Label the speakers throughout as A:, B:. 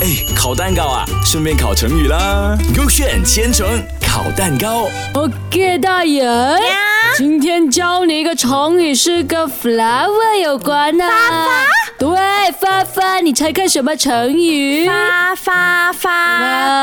A: 哎，烤蛋糕啊，顺便烤成语啦。勾选千层烤蛋糕，
B: OK，大人今天教你一个成语，是跟 flower 有关的、啊。发对，发发，你猜看什么成语？
C: 发发发，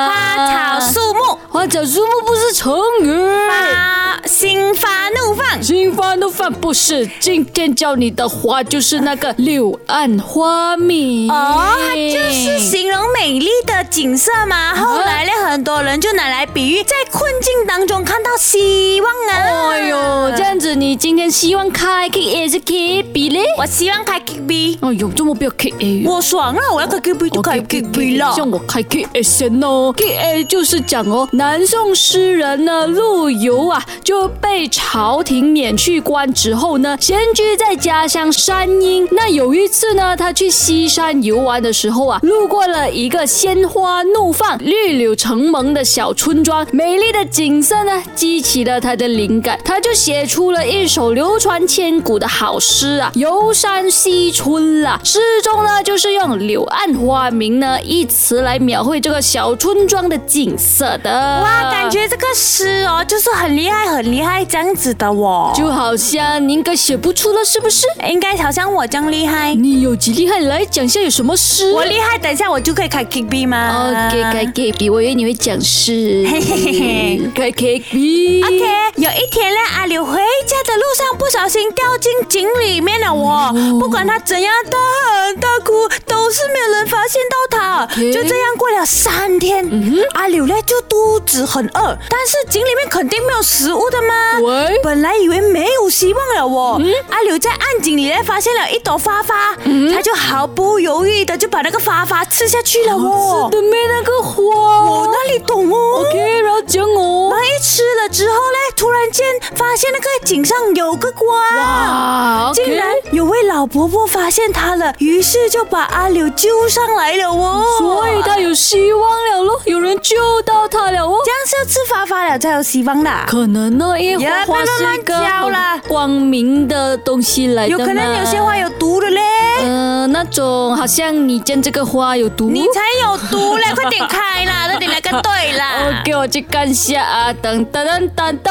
B: 哇
C: 花草树木，
B: 花草树木不是成语。
C: 发心花怒放，
B: 心花怒放不是，今天教你的花就是那个柳暗花明。
C: 哦，它就是形容美丽的景色嘛。后来呢，很多人就拿来比喻在困境当中看到希望啊。
B: 哎呦，这样子你今天希望开 K 也是 K B 嘞？
C: 我希望开 K B，
B: 哎呦，这么不要 K A？
C: 我爽了，我要开 K B 就开 K B 了。
B: 像我开 K S N 哦，K A 就是讲哦，南宋诗人呢陆游啊就被朝廷免去官职后呢，闲居在家乡山阴。那有一次呢，他去西山游玩的时候啊，路过了一个鲜花怒放、绿柳成蒙的小村庄，美丽的景色呢激起了他的灵感，他就写出了一首流传千古的好诗啊，《游山西村》啦。诗中呢就是用“柳暗花明呢”一词来描绘这个小村庄的景色的。
C: 哇，感。觉这个诗哦，就是很厉害，很厉害这样子的哦。
B: 就好像你应该写不出了，是不是？
C: 应该好像我这样厉害，
B: 你有几厉害？来讲一下有什么诗？
C: 我厉害，等一下我就可以开 K B 吗
B: OK，开 K B，我以为你会讲诗。
C: 嘿嘿嘿嘿
B: 开 K B。
C: OK，有
B: 嗯
C: 一天呢，阿柳回家的路上不小心掉进井里面了哦。不管他怎样大喊大哭，都是没有人发现到他。
B: 嗯
C: 就这样过了三天，阿柳呢就肚子很饿，但是井里面肯定没有食物的嘛。
B: 喂，嗯
C: 本来以为没有希望了哦，阿柳在暗井里呢发现了一朵花花，他就毫不犹豫的就把那个花花吃下去了哦。
B: 的没那个花
C: 我哪里懂哦？
B: OK，然后讲我。
C: 然后一吃了之后呢，突然间发现那个井上有个瓜，
B: 哇
C: 竟然有位老伯伯发现他了，于是就把阿柳揪上来了哦。
B: 所以他有希望了咯，有人救到他了哦。
C: 这样是要吃发发了才有希望的啊，
B: 可能呢，因为花
C: 呀
B: 花
C: 慢慢
B: 是一个
C: 教啦
B: 很光明的东西来的
C: 有
B: 嘛
C: 可能有些花有哎毒的嘞。
B: 呃，那种好像你见这个花有毒。
C: 你才有毒嘞！快点开啦，快点来个对 啦。
B: OK，我去看一下啊，噔噔噔噔噔，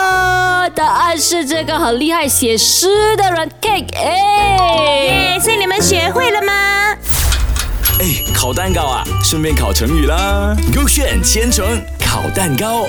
B: 答案是这个很厉害写诗的人哎 K A。
C: 耶，所以你们学会了吗？
A: 哎，烤蛋糕啊，顺便烤成语啦。勾选千层烤蛋糕。